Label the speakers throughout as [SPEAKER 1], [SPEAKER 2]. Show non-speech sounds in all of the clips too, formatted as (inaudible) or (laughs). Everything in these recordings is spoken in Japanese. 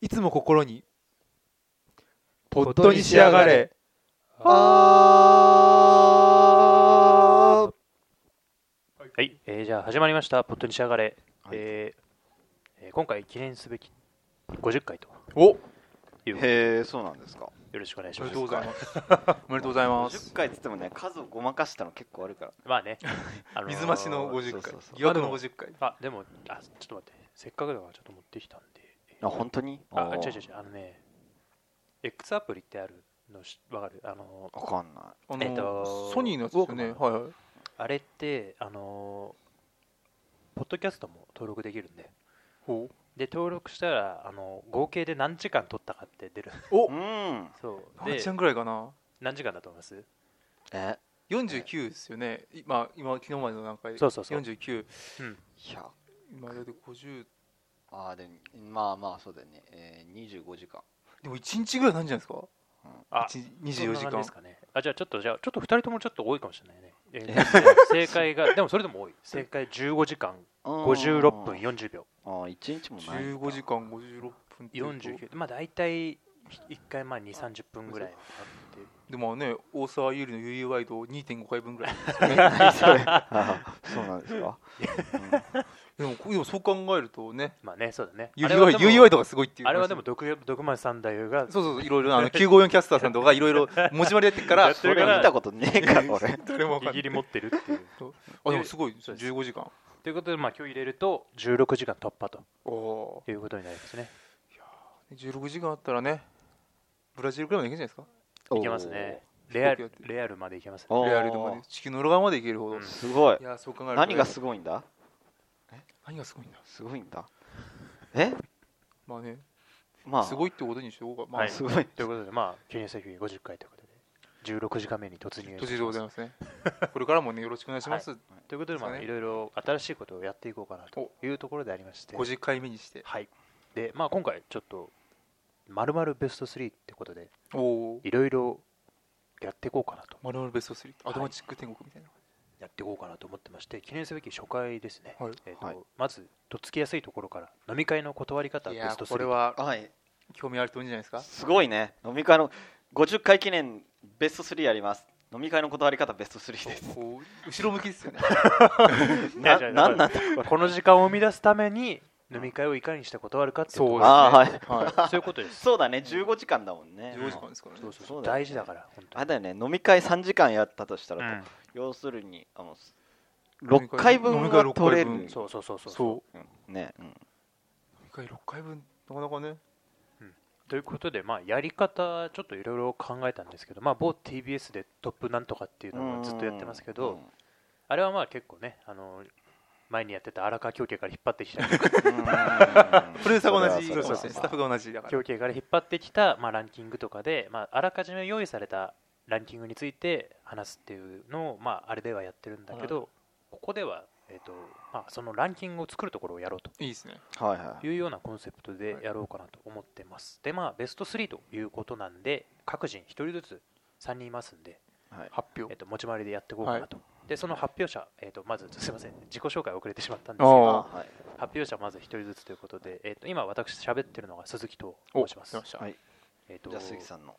[SPEAKER 1] いつも心にポットに仕上がれあー
[SPEAKER 2] はい、えーじゃあ始まりました「ポットに仕上がれ」
[SPEAKER 1] はい
[SPEAKER 2] えーえー今回記念すべき50回と
[SPEAKER 1] お
[SPEAKER 2] いうよ
[SPEAKER 3] へえそうなんですか
[SPEAKER 2] ろしくお願いし
[SPEAKER 1] おめ
[SPEAKER 2] ま
[SPEAKER 1] ですとうございますおめでとうございます
[SPEAKER 3] 50回っつってもね数をごまかしたの結構あるから
[SPEAKER 1] (laughs)
[SPEAKER 2] まあね、あのー
[SPEAKER 1] 水増しの50回
[SPEAKER 3] そうそうそう
[SPEAKER 1] 疑惑の50回
[SPEAKER 2] あでもあちょっと待ってせっかくだからちょっと持ってきたんで
[SPEAKER 3] あ本当に
[SPEAKER 2] あ違う違う
[SPEAKER 3] う
[SPEAKER 2] 違うあのね X アプリってあるのしわかるあのー
[SPEAKER 3] 分かんない
[SPEAKER 1] あ
[SPEAKER 2] えっ
[SPEAKER 1] の
[SPEAKER 2] と
[SPEAKER 1] ソニーのやつですよ
[SPEAKER 2] ウ
[SPEAKER 1] ね
[SPEAKER 2] ォーク
[SPEAKER 1] はいはい
[SPEAKER 2] あれってあのーポッドキャストも登録できるんで
[SPEAKER 1] ほう
[SPEAKER 2] で登録したらあのー合計で何時間撮ったかって出
[SPEAKER 1] (laughs)
[SPEAKER 2] る
[SPEAKER 1] お
[SPEAKER 3] うん
[SPEAKER 2] そう
[SPEAKER 1] 何
[SPEAKER 2] で
[SPEAKER 1] ちゃんぐらいかな
[SPEAKER 2] 何時間だと思います
[SPEAKER 3] え
[SPEAKER 1] 49ですよね今今昨日までの段階で
[SPEAKER 2] そうそうそう
[SPEAKER 1] 49
[SPEAKER 3] 100
[SPEAKER 1] 今だって50
[SPEAKER 3] あーでもまあまあそうだよね、えー、25時間
[SPEAKER 1] でも1日ぐらいなんじゃないですか
[SPEAKER 2] あ
[SPEAKER 1] 一24時
[SPEAKER 2] そんな感じで
[SPEAKER 1] 間
[SPEAKER 2] すかね。あじゃあちょっとじゃあちょっと二人ともちょっと多いかもしれないね。えー正解が (laughs) でもそれでも多い。正解15時間56分40秒
[SPEAKER 3] ああ1日もない
[SPEAKER 1] 15時間56分っていうと
[SPEAKER 2] 49。まあ大体一回まあ2、30分ぐらいあって。
[SPEAKER 1] でもね大沢優里の UU ワイド2.5回分ぐらい
[SPEAKER 2] (laughs)
[SPEAKER 3] 何それあー (laughs) そうなんですか、
[SPEAKER 1] でもでもそう考えるとね
[SPEAKER 2] まあねそうだね。
[SPEAKER 1] UU
[SPEAKER 2] あれは
[SPEAKER 1] ワイ
[SPEAKER 2] で
[SPEAKER 1] ド
[SPEAKER 2] も
[SPEAKER 1] UU ワイドがすごいっていう
[SPEAKER 2] あれはでも毒毒丸さんだよが
[SPEAKER 1] そうそうそういろいろあの954キャスターさんとかいろいろ文字割りやってるか
[SPEAKER 2] や
[SPEAKER 3] (laughs)
[SPEAKER 1] ら
[SPEAKER 2] って
[SPEAKER 3] そ
[SPEAKER 2] る
[SPEAKER 3] れ
[SPEAKER 2] から
[SPEAKER 3] 見たことねえから俺
[SPEAKER 1] 誰もわかん
[SPEAKER 2] ギ
[SPEAKER 1] な
[SPEAKER 2] リギ
[SPEAKER 1] い
[SPEAKER 2] リ持ってるっていう。
[SPEAKER 1] あでもすごいです
[SPEAKER 2] そうです
[SPEAKER 1] 15時間
[SPEAKER 2] ということでまあ今日入れると16時間突破と
[SPEAKER 1] おお
[SPEAKER 2] いうことになりますね。
[SPEAKER 1] ー16時間あったらねブラジルくらいまで行けるんじゃないで
[SPEAKER 2] いけますね。レア
[SPEAKER 1] 飛行
[SPEAKER 2] ル
[SPEAKER 1] 機やって
[SPEAKER 2] レアルまでいけます
[SPEAKER 3] お
[SPEAKER 2] ね。
[SPEAKER 1] すか
[SPEAKER 3] ー
[SPEAKER 1] レアルとかで地球の裏側まで行けるほど、
[SPEAKER 2] うん
[SPEAKER 1] い
[SPEAKER 3] すごい
[SPEAKER 1] やそう考えると
[SPEAKER 3] 何がすごいんだ
[SPEAKER 1] 何がすごいんだ
[SPEAKER 3] すごいんだえ
[SPEAKER 1] まあね
[SPEAKER 3] まあ
[SPEAKER 1] すごいってことにしようかまあ、
[SPEAKER 2] は
[SPEAKER 3] すごい
[SPEAKER 2] ということでまあ記念すべき50回ということで。16時間目に突入い
[SPEAKER 1] 途
[SPEAKER 2] たします
[SPEAKER 1] 中でございますねこれからもねよろしくお願いします、
[SPEAKER 2] ということで、まあ
[SPEAKER 1] ですかね
[SPEAKER 2] いろいろ新しいことをやっていこうかなというところでありまして、
[SPEAKER 1] 50回目にして
[SPEAKER 2] はい。で、まあ、今回、ちょっと、まるまるベスト3ってことで、
[SPEAKER 1] おお
[SPEAKER 2] いろいろやっていこうかなと、
[SPEAKER 1] まるまるベスト3
[SPEAKER 2] はい
[SPEAKER 1] アドマチック天国みたいな、
[SPEAKER 2] やっていこうかなと思ってまして、記念すべき初回ですね。
[SPEAKER 1] はい
[SPEAKER 2] えーと
[SPEAKER 3] はい
[SPEAKER 2] まず、とっつきやすいところから、飲み会の断り方
[SPEAKER 1] い
[SPEAKER 2] ベ
[SPEAKER 1] や
[SPEAKER 2] スト
[SPEAKER 1] ー
[SPEAKER 2] 3。
[SPEAKER 1] これ
[SPEAKER 2] (laughs)
[SPEAKER 1] は
[SPEAKER 3] はい
[SPEAKER 1] 興味あるといいんじゃないで
[SPEAKER 3] (laughs)
[SPEAKER 1] すか
[SPEAKER 3] すごいね飲み会の50回記念ベスト3やります飲み会の断り方ベスト3です
[SPEAKER 1] こう後ろ向きですよね
[SPEAKER 3] な
[SPEAKER 2] じゃあ
[SPEAKER 3] なんなんだ
[SPEAKER 2] これこの時間を生み出すために、飲み会をいかにして断るかっていうところ
[SPEAKER 1] そ
[SPEAKER 3] ああーはい
[SPEAKER 1] は
[SPEAKER 2] そういうことです。
[SPEAKER 3] (laughs) そうだね15時間だもんね
[SPEAKER 1] 15時間ですからね
[SPEAKER 2] そうそうそう
[SPEAKER 3] そうだよね
[SPEAKER 2] 大事だから、本当
[SPEAKER 3] あ
[SPEAKER 2] に。
[SPEAKER 3] だよね飲み会3時間やったとしたら、
[SPEAKER 2] うん
[SPEAKER 3] 要するにあの
[SPEAKER 1] 飲み
[SPEAKER 3] 6
[SPEAKER 1] 会
[SPEAKER 3] 回分
[SPEAKER 1] 飲み会
[SPEAKER 3] は
[SPEAKER 1] 六
[SPEAKER 3] 取
[SPEAKER 1] 回
[SPEAKER 3] れ
[SPEAKER 1] 分
[SPEAKER 3] る
[SPEAKER 2] そうそうそうそう。
[SPEAKER 1] そう
[SPEAKER 3] うんね、うん
[SPEAKER 1] 一回6回分なかなかね
[SPEAKER 2] ということで、まあ、やり方、ちょっといろいろ考えたんですけど、まあ、某 TBS でトップなんとかっていうのをずっとやってますけど、あれはまあ結構ね、あの前にやってた荒川教慶から引っ張って (laughs) きた、
[SPEAKER 1] プロデューサーが同じ
[SPEAKER 3] そうそう
[SPEAKER 1] です
[SPEAKER 3] そ
[SPEAKER 1] ね
[SPEAKER 3] う
[SPEAKER 1] スタッフが同じだから
[SPEAKER 2] 教慶から引っ張ってきた、まあ、ランキングとかで、まあ、あらかじめ用意されたランキングについて話すっていうのを、まあ、あれではやってるんだけど、ここでは、えーとまあ、そのランキングを作るところをやろうと
[SPEAKER 1] いいですね
[SPEAKER 3] はいはい
[SPEAKER 2] いうようなコンセプトでやろうかなと思ってます。で、まあ、ベスト3ということなんで、各人1人ずつ3人いますんで、
[SPEAKER 3] はい
[SPEAKER 1] 発
[SPEAKER 2] え
[SPEAKER 1] 表
[SPEAKER 2] っと持ち回りでやっていこうか
[SPEAKER 1] は
[SPEAKER 2] ないと、でその発表者、えっとまずすみません自己紹介遅れてしまったんですけ
[SPEAKER 3] あ
[SPEAKER 1] お
[SPEAKER 2] ど
[SPEAKER 1] う
[SPEAKER 3] はい
[SPEAKER 2] 発表者まず一人ずつということで、えっと今私喋ってるのが鈴木と
[SPEAKER 1] お
[SPEAKER 2] 申
[SPEAKER 1] し
[SPEAKER 2] し
[SPEAKER 1] ま
[SPEAKER 2] ます
[SPEAKER 1] した、
[SPEAKER 3] はい
[SPEAKER 2] えっと
[SPEAKER 3] じゃあ杉さんの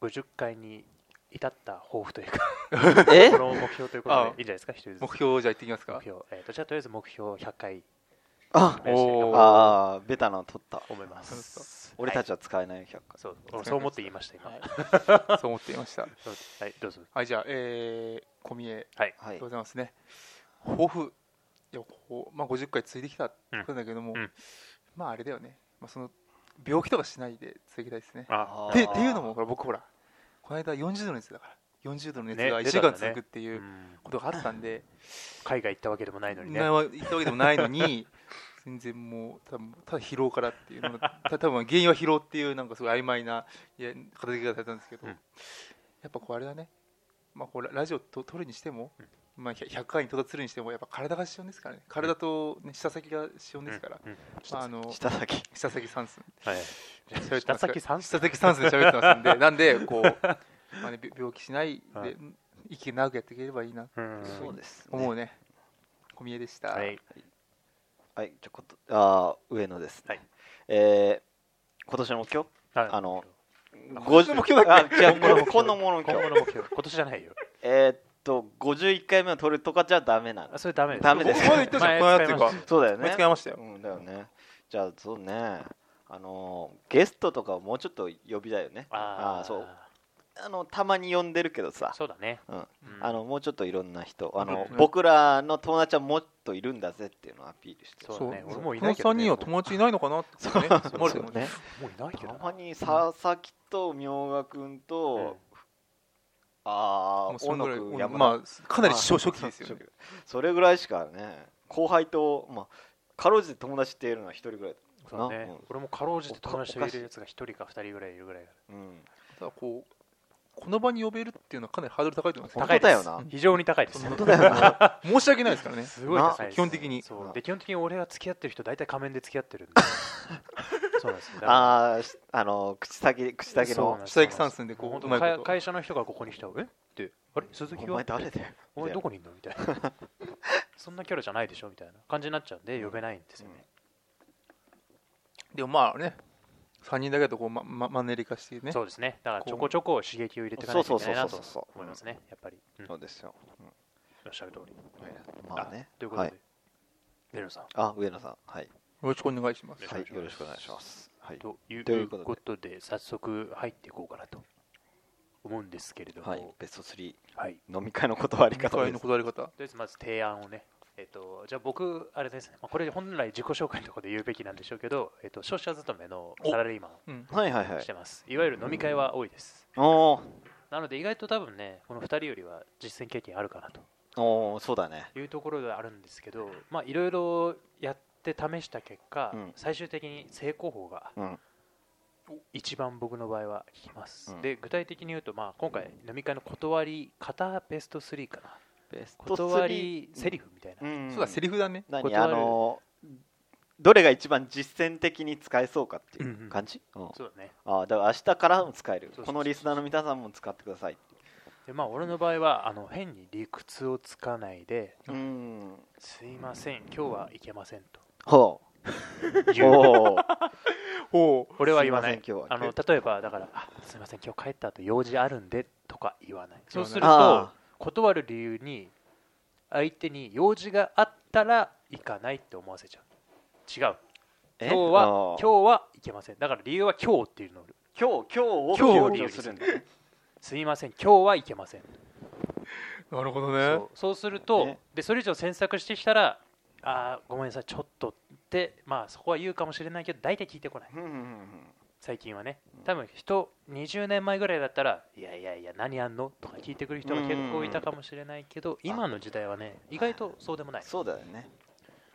[SPEAKER 2] 50回に至った抱負というか
[SPEAKER 3] え
[SPEAKER 2] この目標というこ
[SPEAKER 1] あ
[SPEAKER 2] とでいいんじゃないですか一人ずつ
[SPEAKER 1] 目標じゃあいってきますか
[SPEAKER 2] 目標えっとじゃあとりあえず目標100回
[SPEAKER 3] あ
[SPEAKER 2] 目指していこうと
[SPEAKER 3] あーベタなの取った
[SPEAKER 2] 思いま
[SPEAKER 1] そうです
[SPEAKER 3] 俺た
[SPEAKER 2] ち
[SPEAKER 3] ちは使えないよ100回
[SPEAKER 2] そう俺そう思って言いました今
[SPEAKER 1] は
[SPEAKER 2] はい
[SPEAKER 1] い、そう思っていました
[SPEAKER 2] はいどうぞ
[SPEAKER 1] はいじゃあえー、小見え
[SPEAKER 2] はい
[SPEAKER 3] は
[SPEAKER 1] で
[SPEAKER 3] い
[SPEAKER 1] ございますね抱負いやこう、まあ、50回ついてきたってことだけども、
[SPEAKER 2] うんうん
[SPEAKER 1] まああれだよね、まあ、その病気とかしないで続けたいですね
[SPEAKER 2] あ
[SPEAKER 1] てっていうのもほら僕ほらこの間40度の熱だから40度の熱
[SPEAKER 2] ね
[SPEAKER 1] が1
[SPEAKER 2] 出
[SPEAKER 1] 週
[SPEAKER 2] たんだ
[SPEAKER 1] 間
[SPEAKER 2] ね
[SPEAKER 1] 続くって
[SPEAKER 2] う
[SPEAKER 1] いう。
[SPEAKER 2] ん
[SPEAKER 1] ことがあったんで、
[SPEAKER 2] 海外行ったわけでもないのにね
[SPEAKER 1] な言ったわけでもないの
[SPEAKER 2] (laughs)
[SPEAKER 1] に、全然もう、多分ただ疲労からっていうのが、た多分原因は疲労っていう、なんかすごい曖昧ないや片付け方だったんですけど、
[SPEAKER 2] うん
[SPEAKER 1] やっぱこう、あれだね、まあ、こうララジオと撮るにしても、まあ、ひゃ100回に到達するにしても、やっぱ体が資本ですからね、体と、ね、下先が資本ですから、
[SPEAKER 2] うんうん
[SPEAKER 1] まあ、あの
[SPEAKER 3] 下先
[SPEAKER 1] 下先三寸
[SPEAKER 2] はい
[SPEAKER 1] 喋ってますから
[SPEAKER 2] 下先三寸
[SPEAKER 1] 下先三寸で喋ってますんで、なんで、
[SPEAKER 2] (laughs)
[SPEAKER 1] こう、まあね、び病気しない
[SPEAKER 2] はい
[SPEAKER 1] で、息長くやっていければいいなと
[SPEAKER 2] うん
[SPEAKER 3] そうですね
[SPEAKER 1] 思うね、小見えでした。
[SPEAKER 2] はい
[SPEAKER 3] はい、じゃあこと、あー上野ですね。
[SPEAKER 2] はい
[SPEAKER 3] えー今年の目標
[SPEAKER 2] はい
[SPEAKER 3] あの
[SPEAKER 1] 今年の目標だっけ
[SPEAKER 3] あ違う
[SPEAKER 2] 今後の目標
[SPEAKER 3] 今後の
[SPEAKER 2] 今
[SPEAKER 3] 目
[SPEAKER 2] 後
[SPEAKER 3] 標
[SPEAKER 2] の目標今年じゃないよ
[SPEAKER 3] えーっと51回目を取るとかじゃダメなの
[SPEAKER 2] あそれダメです
[SPEAKER 3] ダメです
[SPEAKER 1] ここまで言ったじゃんこの間っていうか
[SPEAKER 3] そうだよ
[SPEAKER 1] 前
[SPEAKER 3] ね
[SPEAKER 1] 使いましたよ
[SPEAKER 3] うんだよねじゃあそうねあのゲストとかをもうちょっと呼びたいよね
[SPEAKER 2] あ
[SPEAKER 3] あ
[SPEAKER 2] あ
[SPEAKER 3] ーそうあのたまに呼んでるけどさ
[SPEAKER 2] そうだね、
[SPEAKER 3] うん
[SPEAKER 2] うん
[SPEAKER 3] あのもうちょっといろんな人あの、
[SPEAKER 1] うん
[SPEAKER 3] 僕らの友達はもっといるんだぜっていうのをアピールして
[SPEAKER 2] そうだね
[SPEAKER 1] そ
[SPEAKER 2] 俺
[SPEAKER 1] う
[SPEAKER 2] もい
[SPEAKER 1] こ
[SPEAKER 2] ない
[SPEAKER 1] の
[SPEAKER 2] けど
[SPEAKER 1] 三
[SPEAKER 2] ね
[SPEAKER 1] 人は友達いないのかなってことね
[SPEAKER 3] そう
[SPEAKER 1] 思われて
[SPEAKER 3] そう
[SPEAKER 1] もね
[SPEAKER 3] ね
[SPEAKER 2] もういないけ
[SPEAKER 3] た
[SPEAKER 2] ど
[SPEAKER 3] まに佐々木と明賀君と、あ
[SPEAKER 1] もう
[SPEAKER 3] あ
[SPEAKER 1] そ
[SPEAKER 3] 小
[SPEAKER 1] の
[SPEAKER 3] 野
[SPEAKER 1] ぐらい
[SPEAKER 3] 君
[SPEAKER 1] うん
[SPEAKER 3] 山田
[SPEAKER 1] まあかなり初初期ですよね
[SPEAKER 3] 初それぐらいしかね後輩と、まあ、かろうじて友達っているのは一人ぐらいだ
[SPEAKER 2] そうだね、
[SPEAKER 3] うん
[SPEAKER 2] 俺もかろうじて友達といるやつが一人か二人ぐらいいるぐらいだ
[SPEAKER 3] うん
[SPEAKER 1] ただこうこの場に呼べるっていうのはかなりハードル高いと思います
[SPEAKER 3] 本
[SPEAKER 2] 高
[SPEAKER 3] 当
[SPEAKER 2] い
[SPEAKER 3] だ
[SPEAKER 2] で
[SPEAKER 3] よ
[SPEAKER 2] す
[SPEAKER 3] な
[SPEAKER 2] 非常に高いで
[SPEAKER 1] そ
[SPEAKER 2] す
[SPEAKER 1] んな
[SPEAKER 3] 本当だよな
[SPEAKER 1] 申し訳ないですからね
[SPEAKER 2] (laughs) すごい高いです
[SPEAKER 1] 基本的に
[SPEAKER 2] そう
[SPEAKER 3] な
[SPEAKER 2] で基本的に俺が付き合
[SPEAKER 3] (laughs)
[SPEAKER 2] ってる人大体仮面で付き合ってるんでそうなんですよだから
[SPEAKER 3] あーしあの口先口先
[SPEAKER 2] そうなん
[SPEAKER 3] の
[SPEAKER 2] です
[SPEAKER 1] 下行き算数でこう
[SPEAKER 2] 本当
[SPEAKER 1] うまいこと
[SPEAKER 2] 会会社の人がここに来たえってあれ鈴木
[SPEAKER 3] お
[SPEAKER 2] は
[SPEAKER 3] 前誰だよ
[SPEAKER 2] お前どこにいんのみたいなそんなキャラじゃないでしょみたいな感じになっちゃうんで呼べないんですよね、
[SPEAKER 1] でもまあね3人だけだとこうままマンネリ化してね
[SPEAKER 2] そうですねだからちょこちょこ刺激を入れていかないといけないなと
[SPEAKER 3] そうそうそうそうそう
[SPEAKER 2] 思いますねやっぱり、うん、お
[SPEAKER 3] そ
[SPEAKER 2] っ
[SPEAKER 3] うですよ、うん
[SPEAKER 2] しゃる通り
[SPEAKER 3] まあね
[SPEAKER 2] ということ
[SPEAKER 3] は
[SPEAKER 2] で
[SPEAKER 3] い、
[SPEAKER 2] ベルンさん
[SPEAKER 3] あ上野さんはい、
[SPEAKER 1] よろしくお願いします
[SPEAKER 3] はい、よろしくお願いします、はい、
[SPEAKER 2] とい
[SPEAKER 3] といううことで
[SPEAKER 2] ことで早速入っていこうかなと思うんですけれども、
[SPEAKER 3] はい、ベスト3
[SPEAKER 2] はい
[SPEAKER 3] 飲み会の断り
[SPEAKER 1] 2
[SPEAKER 3] 方で
[SPEAKER 1] 回
[SPEAKER 3] す
[SPEAKER 1] の。断り方
[SPEAKER 2] とりあえずまず提案をね、えっとじゃあ僕、あれですね、まあ、これ本来自己紹介のところで言うべきなんでしょうけど、えっと消費者勤めのサラリーマン
[SPEAKER 1] うん
[SPEAKER 3] はいはいは
[SPEAKER 2] を
[SPEAKER 3] い
[SPEAKER 2] して。ます、い、わゆる飲み会は多いです。
[SPEAKER 3] お
[SPEAKER 2] なので意外と多分ね、この2人よりは実践経験あるかなと
[SPEAKER 3] ーおーそうだね。
[SPEAKER 2] いうところではあるんですけど、まあいろいろやって試した結果、
[SPEAKER 3] うん
[SPEAKER 2] 最終的に成功法が
[SPEAKER 3] うん
[SPEAKER 2] 一番僕の場合は効きます。
[SPEAKER 3] うん
[SPEAKER 2] で、具体的に言うと、まあ、今回飲み会の断り方ベスト3かな、
[SPEAKER 3] ベスト
[SPEAKER 2] 断りセリ
[SPEAKER 3] フ。
[SPEAKER 2] フみたいな。
[SPEAKER 3] うん
[SPEAKER 1] そうだセリフだね
[SPEAKER 3] 何
[SPEAKER 2] 断
[SPEAKER 3] あ
[SPEAKER 2] る
[SPEAKER 3] のーどれが一番実践的に使えそうかって
[SPEAKER 2] ん
[SPEAKER 3] い
[SPEAKER 2] う
[SPEAKER 3] うん感じ。うん
[SPEAKER 2] そうだね
[SPEAKER 3] あーだから明日からも使える
[SPEAKER 2] そうそう。そ
[SPEAKER 3] こ
[SPEAKER 2] う
[SPEAKER 3] のリスナーの皆さんも使ってください。
[SPEAKER 2] でまあ、俺の場合はあの変に理屈をつかないで
[SPEAKER 1] う
[SPEAKER 3] うん。
[SPEAKER 2] 「すいません今日はいけません」と
[SPEAKER 3] ほう。
[SPEAKER 2] 言う
[SPEAKER 3] おー
[SPEAKER 1] おう
[SPEAKER 2] 俺は言わない
[SPEAKER 3] すいません今日
[SPEAKER 2] あ
[SPEAKER 3] は
[SPEAKER 2] の例えばだからあ「すいません今日帰った後用事あるんで」とか言わないそうすると
[SPEAKER 3] あ
[SPEAKER 2] 断る理由に相手に用事があったら行かないって思わせちゃう違う
[SPEAKER 3] ーえ
[SPEAKER 2] 今日は
[SPEAKER 3] あー
[SPEAKER 2] 今日はいけませんだから理由は「今日」っていうのを
[SPEAKER 3] 今日今日を
[SPEAKER 2] 今日を
[SPEAKER 3] 強調するんだね。
[SPEAKER 2] 「すいません今日はいけません」
[SPEAKER 1] なるほど
[SPEAKER 2] そ
[SPEAKER 1] ね
[SPEAKER 2] うそうすると、
[SPEAKER 3] ね
[SPEAKER 2] でそれ以上詮索してきたら「あーごめんなさいちょっと」ってまあそこは言うかもしれないけど大体聞いてこない
[SPEAKER 3] うんうん
[SPEAKER 2] 最近はね多分人20年前ぐらいだったら「いやいやいや何あんの?」とか聞いてくる人が結構いたかもしれないけど今の時代はね意外とそうでもな
[SPEAKER 3] うん
[SPEAKER 2] い
[SPEAKER 3] そうだよね。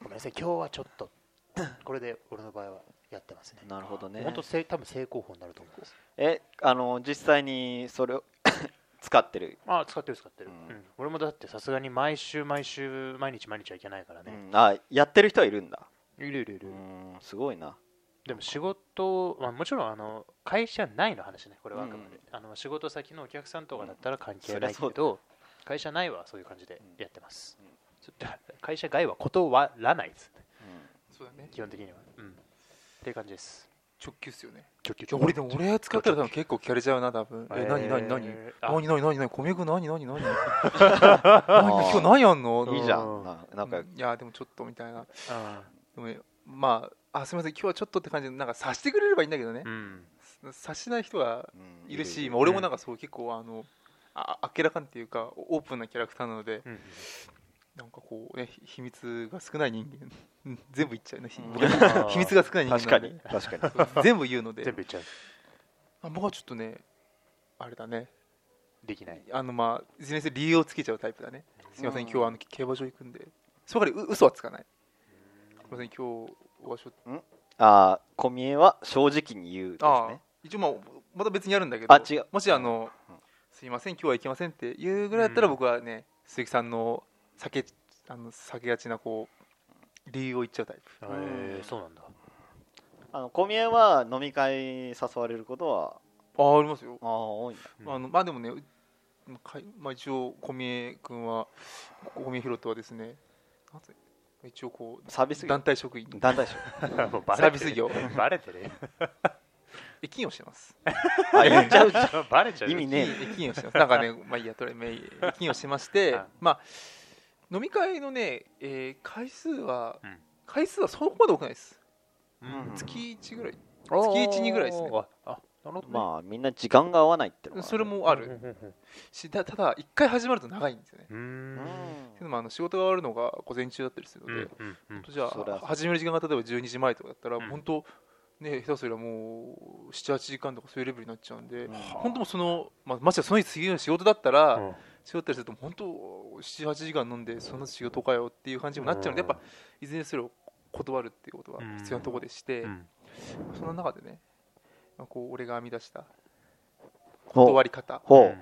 [SPEAKER 2] ごめんなさい今日はちょっと (clears throat) これで俺の場合はやってますね
[SPEAKER 3] なるほどね。
[SPEAKER 2] 本当せ多分成功法になると思います
[SPEAKER 3] えあの実際にそれを (coughs) 使ってる。
[SPEAKER 2] ああ使ってる使ってる、
[SPEAKER 3] うん
[SPEAKER 2] うん俺もだってさすがに毎週毎週毎日毎日はいけないから
[SPEAKER 3] う
[SPEAKER 2] ね、
[SPEAKER 3] んあやってる人はいるんだ。
[SPEAKER 2] いるいるいる
[SPEAKER 3] うんすごいな。
[SPEAKER 2] でも仕事、まあ、もちろんあの会社内の話ね、これはあくまで、
[SPEAKER 3] うん
[SPEAKER 2] あの仕事先のお客さんとかだったら関係
[SPEAKER 3] そり
[SPEAKER 2] な
[SPEAKER 3] ゃ
[SPEAKER 2] い
[SPEAKER 3] そ
[SPEAKER 2] け
[SPEAKER 3] うだ
[SPEAKER 2] ど、会社内はそういう感じでやってます。
[SPEAKER 3] うん
[SPEAKER 2] ちょっと会社外は断らないです、
[SPEAKER 1] そうだね
[SPEAKER 2] 基本的には。うん、っていう感じです。
[SPEAKER 1] 直球っすよね
[SPEAKER 2] ちょち
[SPEAKER 1] いや俺でも俺使ったら多分結構聞かれちゃうな多分え何何何何何何何小宮君何何 (laughs) 何何今日何やんの
[SPEAKER 3] いいじゃ
[SPEAKER 2] うん
[SPEAKER 3] ん。ななんか、
[SPEAKER 1] いやでもちょっとみたいな
[SPEAKER 2] あ
[SPEAKER 1] でもまああすみません今日はちょっとって感じでなんか察してくれればいいんだけどね
[SPEAKER 2] う、ん、
[SPEAKER 1] 察しない人が
[SPEAKER 3] うん
[SPEAKER 1] いるし、まあ、
[SPEAKER 3] も
[SPEAKER 1] 俺もなんかそう結構あのああっけらかんっていうかオープンなキャラクターなので
[SPEAKER 2] うん、
[SPEAKER 1] なんかこうねひ秘密が少ない人間 (laughs) うん全部言っちゃうねひ
[SPEAKER 3] うん
[SPEAKER 1] 僕
[SPEAKER 2] あー
[SPEAKER 1] 秘密が少ない人間
[SPEAKER 3] 確か
[SPEAKER 1] なの
[SPEAKER 3] に確かに。
[SPEAKER 1] でそう全部言うので
[SPEAKER 2] (laughs) 全部言っちゃう、
[SPEAKER 1] あ僕はちょっとねあれだね
[SPEAKER 2] できない。
[SPEAKER 1] あのまあいずれにせよ理由をつけちゃうタイプだねすみません
[SPEAKER 3] うん
[SPEAKER 1] 今日はあの競馬場行くんでそばでう嘘はつかないすみません今日はちょっと
[SPEAKER 3] ああ、小見えは正直に言うです
[SPEAKER 1] ああ
[SPEAKER 3] ね。
[SPEAKER 1] 一応まあまた別にやるんだけど
[SPEAKER 3] あ違う
[SPEAKER 1] もしあの、
[SPEAKER 3] うん
[SPEAKER 1] すいません今日は行けませんっていうぐらいだったら
[SPEAKER 2] うん
[SPEAKER 1] 僕はね、鈴木さんの避けあの避けがちなこう理由を言っちゃうタイプ
[SPEAKER 2] えー、そうなんだ。
[SPEAKER 3] あの小見えは飲み会誘われることは
[SPEAKER 1] ああありますよ、
[SPEAKER 3] ああ多いんだ。
[SPEAKER 2] うん
[SPEAKER 1] あのまあでもねうまあかいまあ、一応小宮君は小宮宏斗はですねなんつう一応こう
[SPEAKER 3] サービス業
[SPEAKER 1] 団体職員
[SPEAKER 3] 団体賞
[SPEAKER 2] (laughs) も
[SPEAKER 1] サ
[SPEAKER 2] うバレてる
[SPEAKER 1] ービス業
[SPEAKER 2] (laughs) バレてるよ
[SPEAKER 1] 駅員をしてます
[SPEAKER 3] あ言っちゃうじゃ
[SPEAKER 2] バレちゃうん
[SPEAKER 3] 意味ねえ
[SPEAKER 1] 駅員をしてますなんかね (laughs) まあいいやとりあえず駅員をしてまして
[SPEAKER 2] (laughs) はい
[SPEAKER 1] まあ飲み会のね、えー回数は、
[SPEAKER 2] うん
[SPEAKER 1] 回数はそこまで多くないです
[SPEAKER 3] うん
[SPEAKER 1] 月1ぐらい
[SPEAKER 2] 月
[SPEAKER 1] 月1ぐらいですね
[SPEAKER 2] ああなるほどね、
[SPEAKER 3] (laughs) まあみんな時間が合わないってのは
[SPEAKER 1] それもあ
[SPEAKER 2] うん
[SPEAKER 1] る
[SPEAKER 2] うんうん
[SPEAKER 1] しだただ1回始まると長いんですよね
[SPEAKER 2] うん
[SPEAKER 3] う
[SPEAKER 2] うーん
[SPEAKER 3] ん
[SPEAKER 1] っていうのもあの仕事が終わるのが午前中だったりする
[SPEAKER 2] う
[SPEAKER 1] ので
[SPEAKER 2] ん、うんうん
[SPEAKER 1] じゃ
[SPEAKER 3] そりゃ
[SPEAKER 1] あ始める時間が例えば12時前とかだったら、
[SPEAKER 2] うん
[SPEAKER 1] 本当ね下手すりゃもう78時間とかそういうレベルになっちゃうんで、
[SPEAKER 3] うん
[SPEAKER 1] 本当もうその、まあ、ましてやその日次の仕事だったら、
[SPEAKER 2] うん
[SPEAKER 1] 仕事だったりすると本当78時間飲んでその仕事かよっていう感じにもなっちゃうので、
[SPEAKER 2] うん
[SPEAKER 1] やっぱいずれにせよ断るっていうことは必要なところでして、
[SPEAKER 2] うん
[SPEAKER 1] その中でね、まあ、こう俺が編み出した
[SPEAKER 3] ほ
[SPEAKER 1] 断
[SPEAKER 3] う
[SPEAKER 1] り方で
[SPEAKER 3] ほ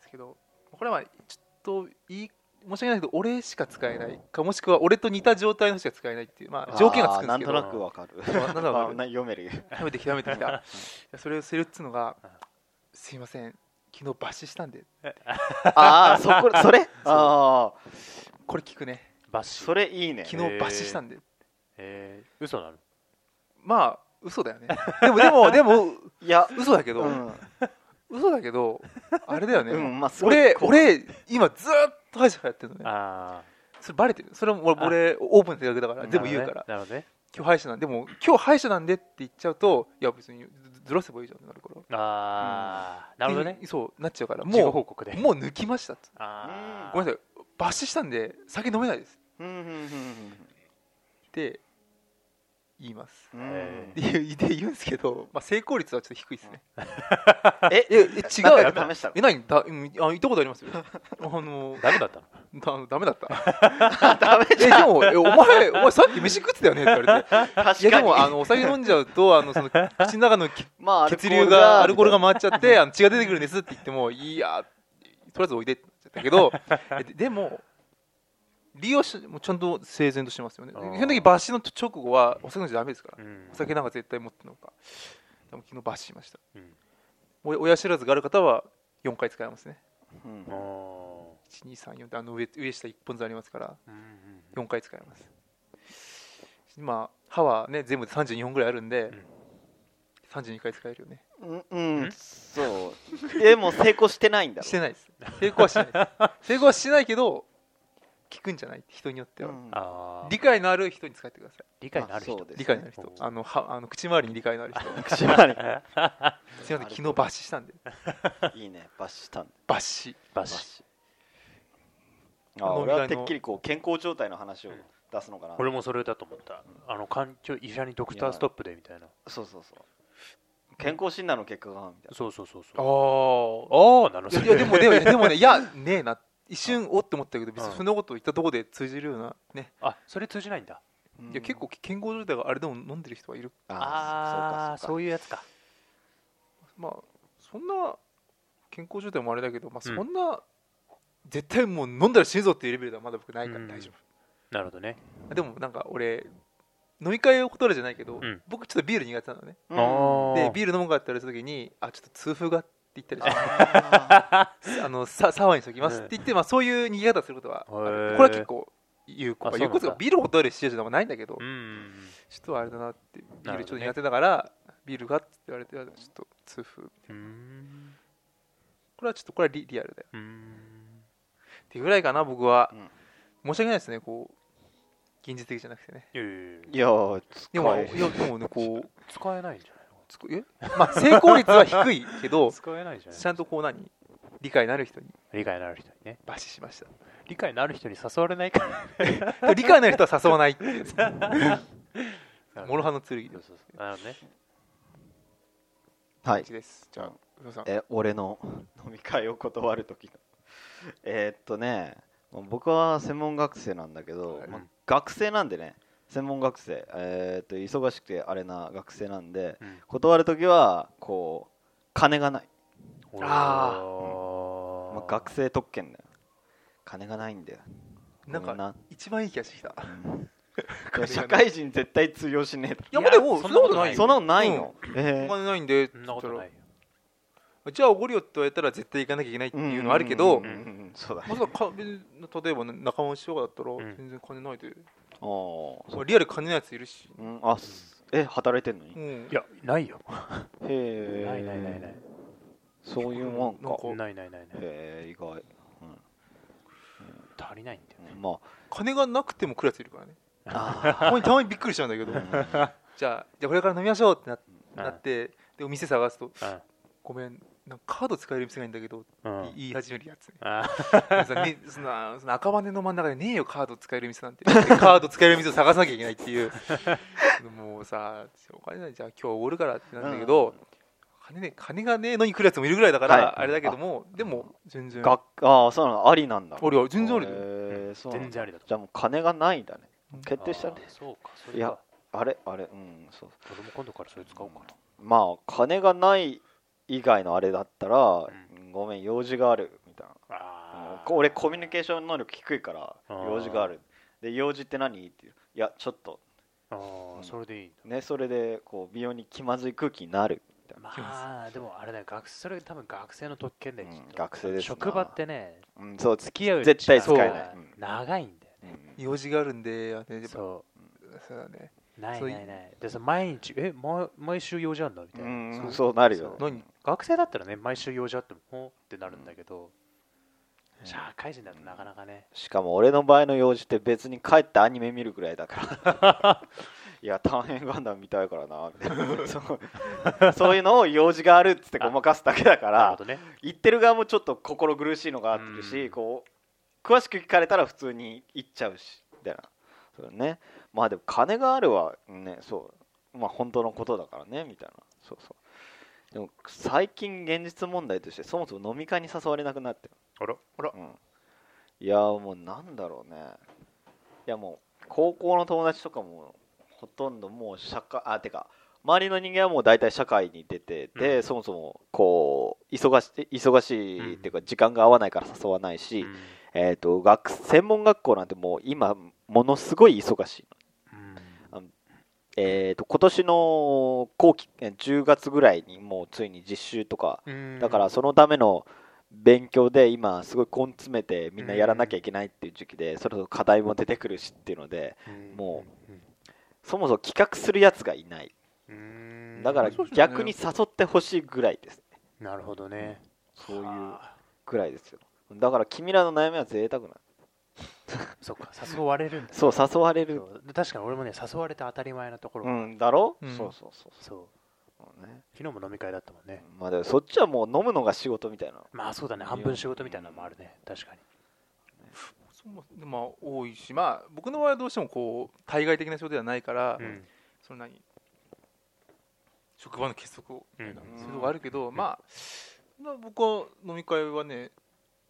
[SPEAKER 1] すけどこれはまあちょっといい申し訳ないけど俺しか使えないかもしくは俺と似た状態の人しか使えないっていう、ま
[SPEAKER 3] う
[SPEAKER 1] あ、条件がつくんですけ
[SPEAKER 3] あー
[SPEAKER 1] ど
[SPEAKER 3] なんとなくわかる
[SPEAKER 1] まあなんだろう
[SPEAKER 3] ま (laughs) あな
[SPEAKER 1] (laughs)
[SPEAKER 3] 読める
[SPEAKER 1] 食べてきた食べてきたそれをするっつうのが
[SPEAKER 2] うん
[SPEAKER 1] 「すいません昨日抜歯したんで
[SPEAKER 3] ああそこそれああ
[SPEAKER 1] これ聞くね
[SPEAKER 2] バッシュ
[SPEAKER 3] それいいね
[SPEAKER 1] 昨日抜歯したんで」
[SPEAKER 2] えー、嘘なの
[SPEAKER 1] まあ嘘だよねでもでもでも
[SPEAKER 3] いや
[SPEAKER 1] 嘘だけど、
[SPEAKER 3] うん
[SPEAKER 1] 嘘だけどあれだよね、
[SPEAKER 3] うんまあすごい
[SPEAKER 1] 俺
[SPEAKER 3] こう
[SPEAKER 1] 俺今ずーっと歯医者やってるのね
[SPEAKER 2] あ
[SPEAKER 1] それバレてるそれは俺俺オープンで手だけだか
[SPEAKER 2] あ
[SPEAKER 1] ら全部言うから、
[SPEAKER 2] なるほどね
[SPEAKER 1] 今日歯医者なんでも今日歯医者なんでって言っちゃうといや別にずずらせばいいじゃんってなるから
[SPEAKER 2] なるほどねああ、なるほどね
[SPEAKER 1] ってそうなっちゃうから
[SPEAKER 2] 事後
[SPEAKER 1] も
[SPEAKER 2] 報告で
[SPEAKER 1] うもう抜きましたって
[SPEAKER 2] あー
[SPEAKER 1] ごめんなさい抜歯したんで酒飲めないです
[SPEAKER 3] うんうん
[SPEAKER 1] って言います
[SPEAKER 3] うんうん
[SPEAKER 2] え
[SPEAKER 1] で言うで言うんですけど、まあ、成功率はちょっと低いですね。
[SPEAKER 3] え
[SPEAKER 1] ええ違う
[SPEAKER 3] なん
[SPEAKER 1] よ
[SPEAKER 3] か試したの
[SPEAKER 1] え何だうんあ行ったことありますよ。あの
[SPEAKER 2] ダメだったの
[SPEAKER 1] だダメだった。 (laughs)
[SPEAKER 3] ダメ
[SPEAKER 1] えでもえお前お前さっき飯食ってたよねって言われて。
[SPEAKER 3] 確
[SPEAKER 1] いや
[SPEAKER 3] か
[SPEAKER 1] でもあ
[SPEAKER 3] に
[SPEAKER 1] のお酒飲んじゃうとあのその口の中の血
[SPEAKER 3] まあアルコ
[SPEAKER 1] 血
[SPEAKER 3] ー
[SPEAKER 1] 流
[SPEAKER 3] ル
[SPEAKER 1] がアルコールが回っちゃってあの血が出てくるんですって言ってもいやとりあえずおいでってなっちゃったけどえででも理由はしもうちゃんと整然としてますよね。
[SPEAKER 2] あ
[SPEAKER 1] 基
[SPEAKER 2] ー
[SPEAKER 1] 本的に抜歯の直後はお酒飲んじゃダメですから。
[SPEAKER 2] うん
[SPEAKER 1] お酒なんか絶対持ってんのかでも昨日バッシしました
[SPEAKER 2] うん
[SPEAKER 1] お親知らずがある方は4回使えますね
[SPEAKER 3] うん
[SPEAKER 2] あー
[SPEAKER 1] 1234ってあの上上下1本ずつありますから
[SPEAKER 2] うんうんうん
[SPEAKER 1] 4回使えます今歯はね全部で32本ぐらいあるんで、
[SPEAKER 2] ん
[SPEAKER 1] 32回使えるよね
[SPEAKER 3] うん、うんん、そうでも成功してないんだろ
[SPEAKER 1] してないです成功はしないです成功はしないけど効くんじゃない人によっては、
[SPEAKER 3] うん
[SPEAKER 2] あー
[SPEAKER 1] 理解のある人に使ってください
[SPEAKER 2] 理解のある
[SPEAKER 3] まあそ
[SPEAKER 2] 人
[SPEAKER 3] うですね
[SPEAKER 1] 理解のある人、
[SPEAKER 2] ほう
[SPEAKER 1] あのはあの口周りに理解のある人
[SPEAKER 3] 口周
[SPEAKER 1] すいません昨日抜歯したんで
[SPEAKER 3] りいいねバッシュしたんだ
[SPEAKER 1] 抜歯
[SPEAKER 2] バ
[SPEAKER 3] バ
[SPEAKER 2] ッシュ
[SPEAKER 3] あ
[SPEAKER 1] 飲み
[SPEAKER 3] 俺
[SPEAKER 1] 会の
[SPEAKER 3] はてっきりこう健康状態の話を
[SPEAKER 2] うん
[SPEAKER 3] 出すのかな、
[SPEAKER 2] 俺もそれだと思ったあの環境医者にドクターストップでみたいな
[SPEAKER 3] そうそうそう健康診断の結果がみたい
[SPEAKER 2] そうそうそうそう
[SPEAKER 1] ああ
[SPEAKER 2] ああなる
[SPEAKER 1] いやいやでもでもでもねいやねえな一
[SPEAKER 2] う
[SPEAKER 1] 瞬おって思ったけど別
[SPEAKER 2] うん
[SPEAKER 1] にそんなこと言ったところで通じるようなね
[SPEAKER 2] (laughs) あそれ通じないんだ
[SPEAKER 3] な、
[SPEAKER 1] いや結構健康状態があれでも飲んでる人はいる
[SPEAKER 2] ああ
[SPEAKER 3] そ
[SPEAKER 2] そ
[SPEAKER 3] うかそうか
[SPEAKER 2] ういうやつか
[SPEAKER 1] まあそんな健康状態もあれだけどまあそ
[SPEAKER 2] うん
[SPEAKER 1] んな絶対もう飲んだら死ぬぞっていうレベルではまだ僕ないか
[SPEAKER 2] う
[SPEAKER 1] ら
[SPEAKER 2] ん
[SPEAKER 1] 大丈夫
[SPEAKER 2] なるほどね
[SPEAKER 1] あでもなんか俺飲み会を断るじゃないけど
[SPEAKER 2] うん
[SPEAKER 1] 僕ちょっとビール苦手なのね
[SPEAKER 2] あ
[SPEAKER 3] うん
[SPEAKER 1] で
[SPEAKER 2] ー
[SPEAKER 1] ビール飲むかって言われた時にあちょっと痛風がって言ったりして
[SPEAKER 3] あ
[SPEAKER 1] あのササワーにしときますって言ってまあそういう逃げ方することはある
[SPEAKER 2] へー
[SPEAKER 1] これは結構有効
[SPEAKER 2] あ
[SPEAKER 1] まあ
[SPEAKER 2] そう
[SPEAKER 1] 有
[SPEAKER 2] な
[SPEAKER 1] 効
[SPEAKER 2] んだ
[SPEAKER 1] というかビールを断るシチュエーションでもないんだけど
[SPEAKER 2] うんうん
[SPEAKER 1] ちょっとあれだなって、ビー
[SPEAKER 2] な
[SPEAKER 1] ル
[SPEAKER 2] るほ
[SPEAKER 1] ちょ
[SPEAKER 2] ど
[SPEAKER 1] っ
[SPEAKER 2] ね
[SPEAKER 1] と苦手だから、ビールがって言われて、ちょっと痛風。
[SPEAKER 2] うんうん
[SPEAKER 1] これはちょっとこれはリリアルだよ。
[SPEAKER 2] うん
[SPEAKER 1] っていうぐらいかな、僕は。
[SPEAKER 3] うん
[SPEAKER 1] 申し訳ないですね、こう、現実的じゃなくてね。
[SPEAKER 2] いやいやいや
[SPEAKER 3] ーいやー
[SPEAKER 1] で
[SPEAKER 3] 使
[SPEAKER 1] も、
[SPEAKER 3] え
[SPEAKER 1] いや、でもね、こう、
[SPEAKER 2] 使えないんじゃない
[SPEAKER 1] つくえ (laughs) まあ、成功率は低いけど (laughs)
[SPEAKER 2] の、使えないじゃない
[SPEAKER 1] ちゃんとこう何、理解のある人に
[SPEAKER 2] 理解のある人にね
[SPEAKER 1] バシしました。
[SPEAKER 2] 理解のある人に誘われないから
[SPEAKER 1] で理解のある人は誘わないって (laughs) いう、
[SPEAKER 2] モ
[SPEAKER 1] (laughs) モ
[SPEAKER 2] ロ
[SPEAKER 1] ロ
[SPEAKER 2] ハ
[SPEAKER 1] ハの剣
[SPEAKER 2] そう
[SPEAKER 1] です。
[SPEAKER 2] そうそうなるほどね
[SPEAKER 3] はい
[SPEAKER 1] です。じゃあ、うさん。
[SPEAKER 3] え俺の飲み会を断る時のえーっとね僕は専門学生なんだけど、
[SPEAKER 1] はい
[SPEAKER 3] まあ学生なんでね専門学生、えーっと忙しくてあれな学生なんで
[SPEAKER 2] うん
[SPEAKER 3] 断る時はこう金がない、
[SPEAKER 1] あー
[SPEAKER 2] おー
[SPEAKER 3] まあ、学生特権だよ金がないんだよ
[SPEAKER 1] なん
[SPEAKER 3] ごめん
[SPEAKER 1] か、一番いい気がしてきた。
[SPEAKER 3] うん (laughs) 社会人絶対通用しねえだ
[SPEAKER 1] いや、まあでも、そ
[SPEAKER 2] そん
[SPEAKER 1] ん
[SPEAKER 2] な
[SPEAKER 1] な
[SPEAKER 2] こ
[SPEAKER 1] ことと
[SPEAKER 2] な
[SPEAKER 1] ないい
[SPEAKER 3] ろ
[SPEAKER 1] よ。
[SPEAKER 3] そんなことない
[SPEAKER 1] お
[SPEAKER 3] の、えー
[SPEAKER 1] 金ないんで、
[SPEAKER 2] そんなことないよ
[SPEAKER 1] じゃあおごりよって言われたら絶対行かなきゃいけないっていうのはあるけど、
[SPEAKER 3] うんうんうんうんそうだね
[SPEAKER 1] まさか別に例えば、ね、仲間の師匠だったら
[SPEAKER 2] ん
[SPEAKER 1] 全然金ないで
[SPEAKER 3] あー
[SPEAKER 1] もうリアル金のやついるし、
[SPEAKER 3] うん、あすえ働いてんのに
[SPEAKER 1] う
[SPEAKER 3] へ
[SPEAKER 1] ん
[SPEAKER 2] いやないよ
[SPEAKER 3] え
[SPEAKER 2] ないないないない
[SPEAKER 3] そういうもん
[SPEAKER 1] なんか
[SPEAKER 3] か
[SPEAKER 1] こう
[SPEAKER 2] ないないないない
[SPEAKER 3] へえ意外、うん
[SPEAKER 2] 足りないんだよね
[SPEAKER 3] ま
[SPEAKER 1] 金がなくても来るやついるからね
[SPEAKER 3] あ
[SPEAKER 1] たまにたまにびっくりしちゃうんだけど
[SPEAKER 3] あ
[SPEAKER 1] じゃあじゃあこれから飲みましょうってな
[SPEAKER 2] うん
[SPEAKER 1] なってでお店探すと
[SPEAKER 2] うん
[SPEAKER 1] 「ごめんなんかカード使える店がいいんだけど」って
[SPEAKER 2] うん
[SPEAKER 1] 言い始めるやつね
[SPEAKER 2] あー
[SPEAKER 1] でさねそのその赤羽の真ん中でねえよカード使える店なんてでカード使える店を探さなきゃいけないっていうもうさお金ないじゃあ今日おごるからってなんだけど、金ね金がねえのに来るやつもいるぐらいだから、
[SPEAKER 3] はい
[SPEAKER 1] あれだけどもでも全然
[SPEAKER 3] 学ああそうなのありなんだ
[SPEAKER 1] ありあり全然ありだよ
[SPEAKER 3] へえそうなん
[SPEAKER 2] 全
[SPEAKER 3] だ
[SPEAKER 2] 然ありだと
[SPEAKER 3] じゃあもう金がないんだね
[SPEAKER 1] うん
[SPEAKER 3] 決定したね
[SPEAKER 2] あーそうかそ
[SPEAKER 3] い
[SPEAKER 2] れ
[SPEAKER 3] や
[SPEAKER 2] か
[SPEAKER 3] あれあれうんそう
[SPEAKER 2] 俺も今度からそれ使おうかな
[SPEAKER 3] まあ金がない以外のあれだったら、ごめん用事があるみたいな
[SPEAKER 2] あ
[SPEAKER 3] こ
[SPEAKER 2] ー
[SPEAKER 3] 俺コミュニケーション能力低いから
[SPEAKER 2] あー
[SPEAKER 3] 用事があるで用事って何っていういやちょっと
[SPEAKER 2] あーそれでいいんだ
[SPEAKER 3] ねそれでこう美容に気まずい空気になるみたいな、
[SPEAKER 2] まあでもあれだよ学それ多分学生の特権だよ、
[SPEAKER 3] うん
[SPEAKER 2] きっと
[SPEAKER 3] 学生ですな
[SPEAKER 2] 職場ってね
[SPEAKER 3] うん、そう
[SPEAKER 2] 付き合う
[SPEAKER 3] 絶対
[SPEAKER 2] 時間が
[SPEAKER 1] 使え
[SPEAKER 3] ないうん
[SPEAKER 2] 長いんだよ
[SPEAKER 3] う
[SPEAKER 2] ね、
[SPEAKER 3] ん
[SPEAKER 1] 用事があるんであねやっぱそう
[SPEAKER 2] そ
[SPEAKER 1] だね
[SPEAKER 2] うない
[SPEAKER 1] そうい
[SPEAKER 2] ないないでさ毎日え毎毎週用事あるんだみたいな、
[SPEAKER 3] うん
[SPEAKER 2] そう
[SPEAKER 3] そうなるよ
[SPEAKER 2] そ
[SPEAKER 1] 何
[SPEAKER 2] 学生だったらね毎週用事あってもほーってなるんだけど、
[SPEAKER 3] うん
[SPEAKER 2] 社会人だとなかなかね、
[SPEAKER 3] しかも俺の場合の用事って別に帰ってアニメ見るぐらいだから
[SPEAKER 2] (laughs)
[SPEAKER 3] いや「短編ガンダム」見たいからな (laughs) みたいなそうそういうのを用事があるっつってごまかすだけだか
[SPEAKER 2] なる
[SPEAKER 3] ら
[SPEAKER 2] ほどね
[SPEAKER 3] 言ってる側もちょっと心苦しいのがあってるし、
[SPEAKER 2] うん
[SPEAKER 3] こう詳しく聞かれたら普通に言っちゃうしみたいなそうだねまあでも金があるはねそうまあ本当のことだからねみたいなそうそうでも最近現実問題としてそもそも飲み会に誘われなくなってる
[SPEAKER 2] あらあら
[SPEAKER 3] うんいやもうなんだろうねいやもう高校の友達とかもほとんどもう社会あてか周りの人間はもう大体社会に出てて、
[SPEAKER 2] うん
[SPEAKER 3] そもそもこう忙し忙しいっていうか時間が合わないから誘わないし、
[SPEAKER 2] うん
[SPEAKER 3] えー、と学専門学校なんてもう今ものすごい忙しい
[SPEAKER 2] うん
[SPEAKER 3] の、えー、と今年の後期えー10月ぐらいにもうついに実習とか
[SPEAKER 2] うん
[SPEAKER 3] だからそのための勉強で今すごい根詰めてみんなやらなきゃいけないっていう時期でそれぞれ課題も出てくるしっていうので
[SPEAKER 2] うん
[SPEAKER 3] も
[SPEAKER 2] うん
[SPEAKER 3] そもそも企画するやつがいない
[SPEAKER 2] うん
[SPEAKER 3] だから
[SPEAKER 1] そうですよね
[SPEAKER 3] 逆に誘ってほしいぐらいです
[SPEAKER 2] なるほどね
[SPEAKER 3] そういう
[SPEAKER 2] あ
[SPEAKER 3] ぐらいですよだから君らの悩みは贅沢な
[SPEAKER 2] ーそっか誘われるんだ
[SPEAKER 3] そう誘われる
[SPEAKER 2] そう確かに俺もね誘われて当たり前なところ、
[SPEAKER 3] うんだろ、
[SPEAKER 1] うん
[SPEAKER 3] そうそうそう
[SPEAKER 2] そう
[SPEAKER 3] そうね
[SPEAKER 2] 昨日も飲み会だったもんね、
[SPEAKER 3] まあでもそっちはもう飲むのが仕事みたいな
[SPEAKER 2] まあそうだね半分仕事みたいなのもあるね確かに
[SPEAKER 1] そもそもまあ多いしまあ僕の場合はどうしてもこう対外的な仕事ではないから、
[SPEAKER 2] うん
[SPEAKER 1] その何職場の結束を、
[SPEAKER 2] うん
[SPEAKER 1] そういうのがあるけど、まあまあ僕は飲み会はね、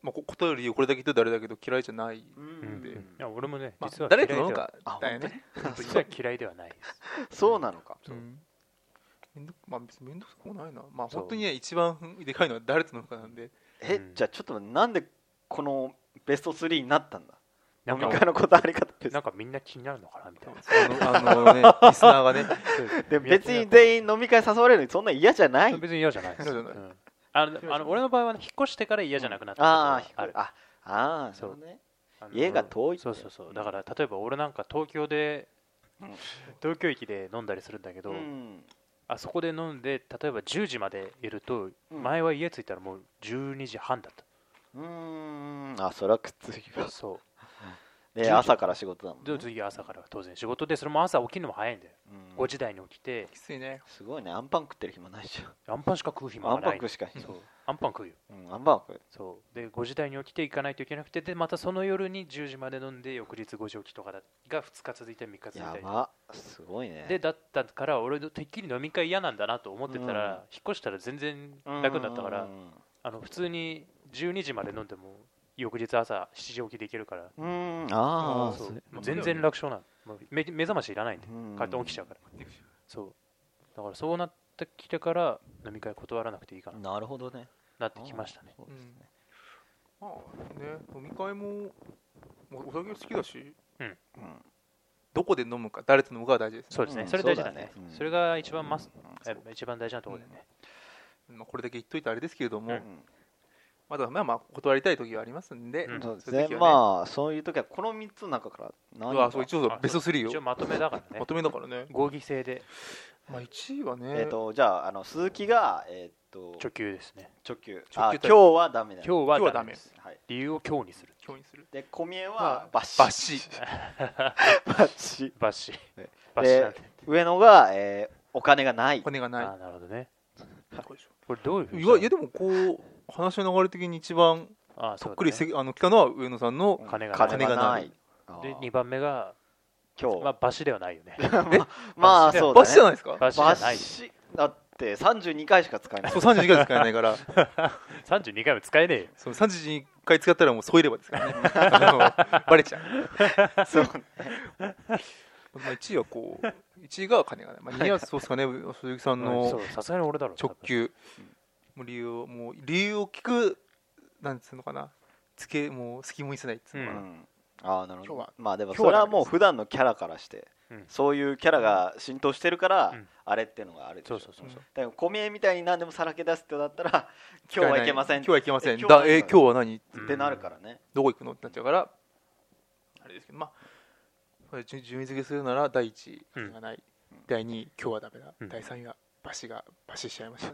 [SPEAKER 1] まあ、こ答える理由これだけ言っといてあれだけど嫌いじゃない、
[SPEAKER 3] う
[SPEAKER 2] うんい
[SPEAKER 3] ん
[SPEAKER 2] や俺もね
[SPEAKER 1] ま
[SPEAKER 2] 実
[SPEAKER 1] あ、
[SPEAKER 2] は
[SPEAKER 1] 誰と
[SPEAKER 2] 嫌い
[SPEAKER 1] 飲む
[SPEAKER 2] では
[SPEAKER 1] かだよね
[SPEAKER 2] 実は嫌いではないです
[SPEAKER 3] そうなのか
[SPEAKER 2] そう
[SPEAKER 1] うんめんどくまあ別に面倒くさくもないなまあ
[SPEAKER 2] そう
[SPEAKER 1] 本当にね一番でかいのは誰と飲むかなんで
[SPEAKER 3] え、
[SPEAKER 2] うん
[SPEAKER 3] じゃあちょっと待ってなんでこのベスト3になったんだ
[SPEAKER 2] な
[SPEAKER 3] (laughs) 飲
[SPEAKER 2] ん
[SPEAKER 3] み会
[SPEAKER 2] か
[SPEAKER 3] の断り方ベス
[SPEAKER 2] なん
[SPEAKER 3] ト
[SPEAKER 2] かみんな気になるのかなみたいな
[SPEAKER 1] あのあのね (laughs) リスナーがね
[SPEAKER 3] で別に全員飲み会誘われるのにそんな嫌じゃない
[SPEAKER 2] 別に嫌じゃないです
[SPEAKER 1] 嫌じゃない
[SPEAKER 2] うんあのあの俺の場合はね引っ越してから嫌じゃなくなった
[SPEAKER 3] あ
[SPEAKER 2] こ
[SPEAKER 3] ー
[SPEAKER 2] とがある
[SPEAKER 3] ああー
[SPEAKER 2] そう
[SPEAKER 3] なるほどね
[SPEAKER 2] あの
[SPEAKER 3] 家が遠いって
[SPEAKER 2] そうそうそうだから例えば俺なんか東京で
[SPEAKER 3] うん
[SPEAKER 2] 東京駅で飲んだりするんだけど、
[SPEAKER 3] うん
[SPEAKER 2] あそこで飲んで例えば10時までいると、
[SPEAKER 3] うん
[SPEAKER 2] 前は家着いたらもう12時半だっ
[SPEAKER 3] うーんあそれはくっつきま
[SPEAKER 2] た
[SPEAKER 3] す
[SPEAKER 2] そ
[SPEAKER 3] で朝から仕事だもん
[SPEAKER 2] うで
[SPEAKER 3] ね、
[SPEAKER 2] 次朝からは当然仕事でそれも朝起きるのも早いんだよ、
[SPEAKER 3] うん
[SPEAKER 2] 5時台に起きて
[SPEAKER 1] きついね
[SPEAKER 3] すごいねアンパン食ってる暇ないじ
[SPEAKER 2] アンパンしか食う
[SPEAKER 3] ゃ
[SPEAKER 2] 暇
[SPEAKER 3] んア
[SPEAKER 2] が
[SPEAKER 3] ンパン
[SPEAKER 2] ない
[SPEAKER 3] 食うしか
[SPEAKER 2] そうアンパン食うよ
[SPEAKER 3] うんアンパン食う
[SPEAKER 2] そうで5時台に起きて行かないといけなくてでまたその夜に10時まで飲んで翌日5時起きとかだが2日続いて3日続い
[SPEAKER 3] や
[SPEAKER 2] たり
[SPEAKER 3] ばすごいね
[SPEAKER 2] でだったから俺てっきり飲み会嫌なんだなと思ってたら、
[SPEAKER 3] う
[SPEAKER 2] 引
[SPEAKER 3] ん
[SPEAKER 2] っ越したら全然楽になったから、あの普通に12時まで飲んでも翌日朝7時起きできるから
[SPEAKER 3] うんうんああ
[SPEAKER 2] そう
[SPEAKER 3] それ
[SPEAKER 2] もう全然楽勝なのもう目目覚ましいらないんで
[SPEAKER 3] うん
[SPEAKER 2] 勝手に起きちゃうからそうだからそうなってきてから飲み会断らなくていいかな
[SPEAKER 3] なるほどね
[SPEAKER 2] なってきましたね
[SPEAKER 3] そうですね
[SPEAKER 1] まあね飲み会もおお酒好きだし
[SPEAKER 3] うん
[SPEAKER 1] どこで飲むか誰と飲むかは大事ですね
[SPEAKER 2] そうですね、
[SPEAKER 3] うん
[SPEAKER 2] それ大事だね
[SPEAKER 3] そうだねうん
[SPEAKER 2] それが一番マス、
[SPEAKER 3] うん
[SPEAKER 2] え一番大事なところだよね、
[SPEAKER 1] まあ、これだけ言っといてあれですけれども、
[SPEAKER 2] う
[SPEAKER 1] ま
[SPEAKER 2] ん
[SPEAKER 3] うん
[SPEAKER 1] まだまあまあ断りたい時はありますんで、
[SPEAKER 2] うん
[SPEAKER 3] (laughs) そうです
[SPEAKER 1] そういう
[SPEAKER 3] ね
[SPEAKER 1] 時はね
[SPEAKER 3] まあそういう時はこの3つの中から何
[SPEAKER 1] あそう一応
[SPEAKER 2] あ
[SPEAKER 1] ベスト3
[SPEAKER 2] 一応
[SPEAKER 1] よ
[SPEAKER 2] まとめだからね
[SPEAKER 1] まとめだからね、
[SPEAKER 2] 合議制で
[SPEAKER 1] まあ、1位はね、
[SPEAKER 3] えっ、とじゃああの鈴木がえっ、と
[SPEAKER 2] 直球ですね
[SPEAKER 3] 直球
[SPEAKER 1] 直球
[SPEAKER 3] あ
[SPEAKER 1] タイプ
[SPEAKER 3] 今日はダメだよ
[SPEAKER 2] 今日
[SPEAKER 1] 今
[SPEAKER 2] は
[SPEAKER 1] 日は
[SPEAKER 2] ダ
[SPEAKER 1] ダ
[SPEAKER 2] メ
[SPEAKER 1] メ
[SPEAKER 2] です
[SPEAKER 3] はい
[SPEAKER 2] 理由を今日にする
[SPEAKER 1] 今日にする
[SPEAKER 3] で小宮
[SPEAKER 1] ま
[SPEAKER 3] は
[SPEAKER 1] あ
[SPEAKER 3] バッシ
[SPEAKER 1] バッシー
[SPEAKER 3] バッシ
[SPEAKER 2] バッシ
[SPEAKER 3] ね
[SPEAKER 2] バッシなん
[SPEAKER 3] で
[SPEAKER 2] て
[SPEAKER 3] 上野が、えーお金がない
[SPEAKER 1] お金が
[SPEAKER 2] あ
[SPEAKER 1] ない
[SPEAKER 2] ーなるほどね
[SPEAKER 1] これでしょ
[SPEAKER 2] これどういうふうに
[SPEAKER 1] いわいやでもこう話の流れ的に一番
[SPEAKER 2] あー
[SPEAKER 1] そ
[SPEAKER 2] そうだね
[SPEAKER 1] っくりせ、あの来たのは上野さんの
[SPEAKER 3] うん
[SPEAKER 2] 金がない
[SPEAKER 3] 金がないあー
[SPEAKER 2] で2番目が
[SPEAKER 3] 今日
[SPEAKER 2] まあバシではないよね
[SPEAKER 3] ま
[SPEAKER 2] バッ
[SPEAKER 3] あ
[SPEAKER 2] シ
[SPEAKER 3] そう
[SPEAKER 1] バ
[SPEAKER 3] だね
[SPEAKER 1] ッシじゃないですか
[SPEAKER 2] バシじゃない
[SPEAKER 3] シだって32回しか使えない
[SPEAKER 1] そう32回使えないから
[SPEAKER 2] 32回も使えねえよ
[SPEAKER 1] その32回使ったらもう添えればですからね (laughs) あのバレちゃう
[SPEAKER 3] そう
[SPEAKER 1] まあ、1位はこう1位が金がない、まあ、2位はそうですかね鈴木さん
[SPEAKER 2] うんそ
[SPEAKER 1] の
[SPEAKER 2] うさすがに俺だろ
[SPEAKER 1] 直球もう理由をもう理由を聞くなんつうのかなつけもう隙も見せないっつうの
[SPEAKER 3] う
[SPEAKER 1] かな、
[SPEAKER 3] んああなるほ
[SPEAKER 1] 今日
[SPEAKER 3] ど
[SPEAKER 1] は
[SPEAKER 3] まあでも
[SPEAKER 1] 今日
[SPEAKER 3] そ
[SPEAKER 1] は
[SPEAKER 3] れはもう普段のキャラからして
[SPEAKER 2] うん
[SPEAKER 3] そういうキャラが浸透してるから
[SPEAKER 2] うん
[SPEAKER 3] あれってのがあるでしょ
[SPEAKER 2] そうそう
[SPEAKER 1] そうそう
[SPEAKER 3] だから小宮みたいに何でもさらけ出すってなった
[SPEAKER 1] (laughs)
[SPEAKER 3] ら今日はいけません
[SPEAKER 1] 今
[SPEAKER 3] っ
[SPEAKER 1] 日はいけませ
[SPEAKER 3] え
[SPEAKER 1] ん
[SPEAKER 3] 今日は
[SPEAKER 1] だえ今日は何
[SPEAKER 2] うん
[SPEAKER 3] てなるからね
[SPEAKER 1] どこ行くのってなっちゃうからあれですけどまあこれ順順位付けするなら第1位
[SPEAKER 2] うん
[SPEAKER 1] 金がない、第2位今日はダメだ、
[SPEAKER 2] うん
[SPEAKER 1] 第3位はバシがバシしちゃいま
[SPEAKER 3] (laughs)
[SPEAKER 1] した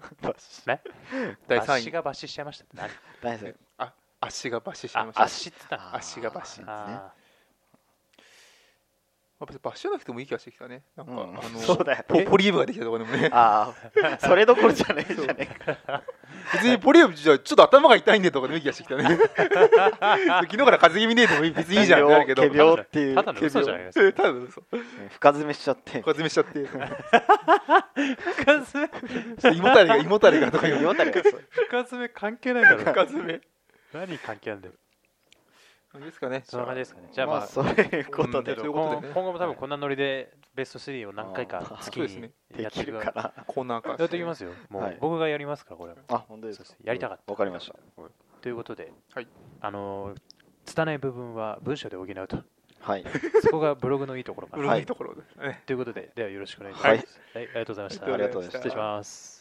[SPEAKER 2] ね
[SPEAKER 1] 第
[SPEAKER 2] バシ
[SPEAKER 1] 3位
[SPEAKER 2] がバシしちゃいましたって何
[SPEAKER 3] 大丈
[SPEAKER 1] あ足がバシしちゃい
[SPEAKER 2] あ
[SPEAKER 1] ました
[SPEAKER 2] 足って言ったの
[SPEAKER 3] あ
[SPEAKER 1] 足がバシ
[SPEAKER 3] ー
[SPEAKER 2] あ
[SPEAKER 1] まあ別にバシじゃなくてもいい気がしてきたねなんか、
[SPEAKER 3] 夫
[SPEAKER 1] あの
[SPEAKER 3] そうだよ
[SPEAKER 1] ポポリーブができたとかでもね
[SPEAKER 3] ああそれどころじゃねえじゃねえか
[SPEAKER 1] 別にポリウムじゃちょっと頭が痛いんでとかでもいい気がしてきた
[SPEAKER 2] (laughs)
[SPEAKER 1] ね昨日から風邪気味ねえでも別 (laughs) にいいじゃんってなるけど
[SPEAKER 3] 仮
[SPEAKER 2] ー
[SPEAKER 3] 病っていう
[SPEAKER 2] ただの嘘じゃないですか
[SPEAKER 1] ただの嘘
[SPEAKER 3] 深爪しちゃって
[SPEAKER 1] 風邪めしちゃって
[SPEAKER 2] 深爪
[SPEAKER 1] 胃もたれが胃もたれがとか言う
[SPEAKER 3] 言われたりはそう
[SPEAKER 2] 深爪関係ないだろ
[SPEAKER 1] 風邪め
[SPEAKER 2] 何関係あるんだよ
[SPEAKER 1] いいですかね
[SPEAKER 2] そんな感じですかねじゃあま
[SPEAKER 3] ま
[SPEAKER 2] あ、
[SPEAKER 3] あそういうこと
[SPEAKER 1] う
[SPEAKER 3] で
[SPEAKER 1] んそういうこと
[SPEAKER 2] 今
[SPEAKER 1] でね
[SPEAKER 2] 今後も多分こんなノリでベスト3を何回
[SPEAKER 3] あ
[SPEAKER 2] か
[SPEAKER 3] ー
[SPEAKER 2] 月
[SPEAKER 1] そうです
[SPEAKER 2] に
[SPEAKER 1] ね
[SPEAKER 3] で
[SPEAKER 2] やって
[SPEAKER 3] き
[SPEAKER 2] いく
[SPEAKER 3] るから
[SPEAKER 1] コーナーから
[SPEAKER 2] やっていきますよも
[SPEAKER 3] は
[SPEAKER 2] う
[SPEAKER 3] い
[SPEAKER 2] 僕がやりますからこれは
[SPEAKER 3] あ本当ですか
[SPEAKER 2] そうですやりたかった
[SPEAKER 3] わかりました
[SPEAKER 2] ということで、
[SPEAKER 1] はい
[SPEAKER 2] あのー拙い部分は文章で補うと
[SPEAKER 3] はい
[SPEAKER 2] そこがブログのいいところか
[SPEAKER 1] う
[SPEAKER 2] な
[SPEAKER 1] るいところですね
[SPEAKER 2] ということでではよろしくお願いします、はいありがとうございました
[SPEAKER 1] ありが
[SPEAKER 3] とうございました
[SPEAKER 2] 失礼します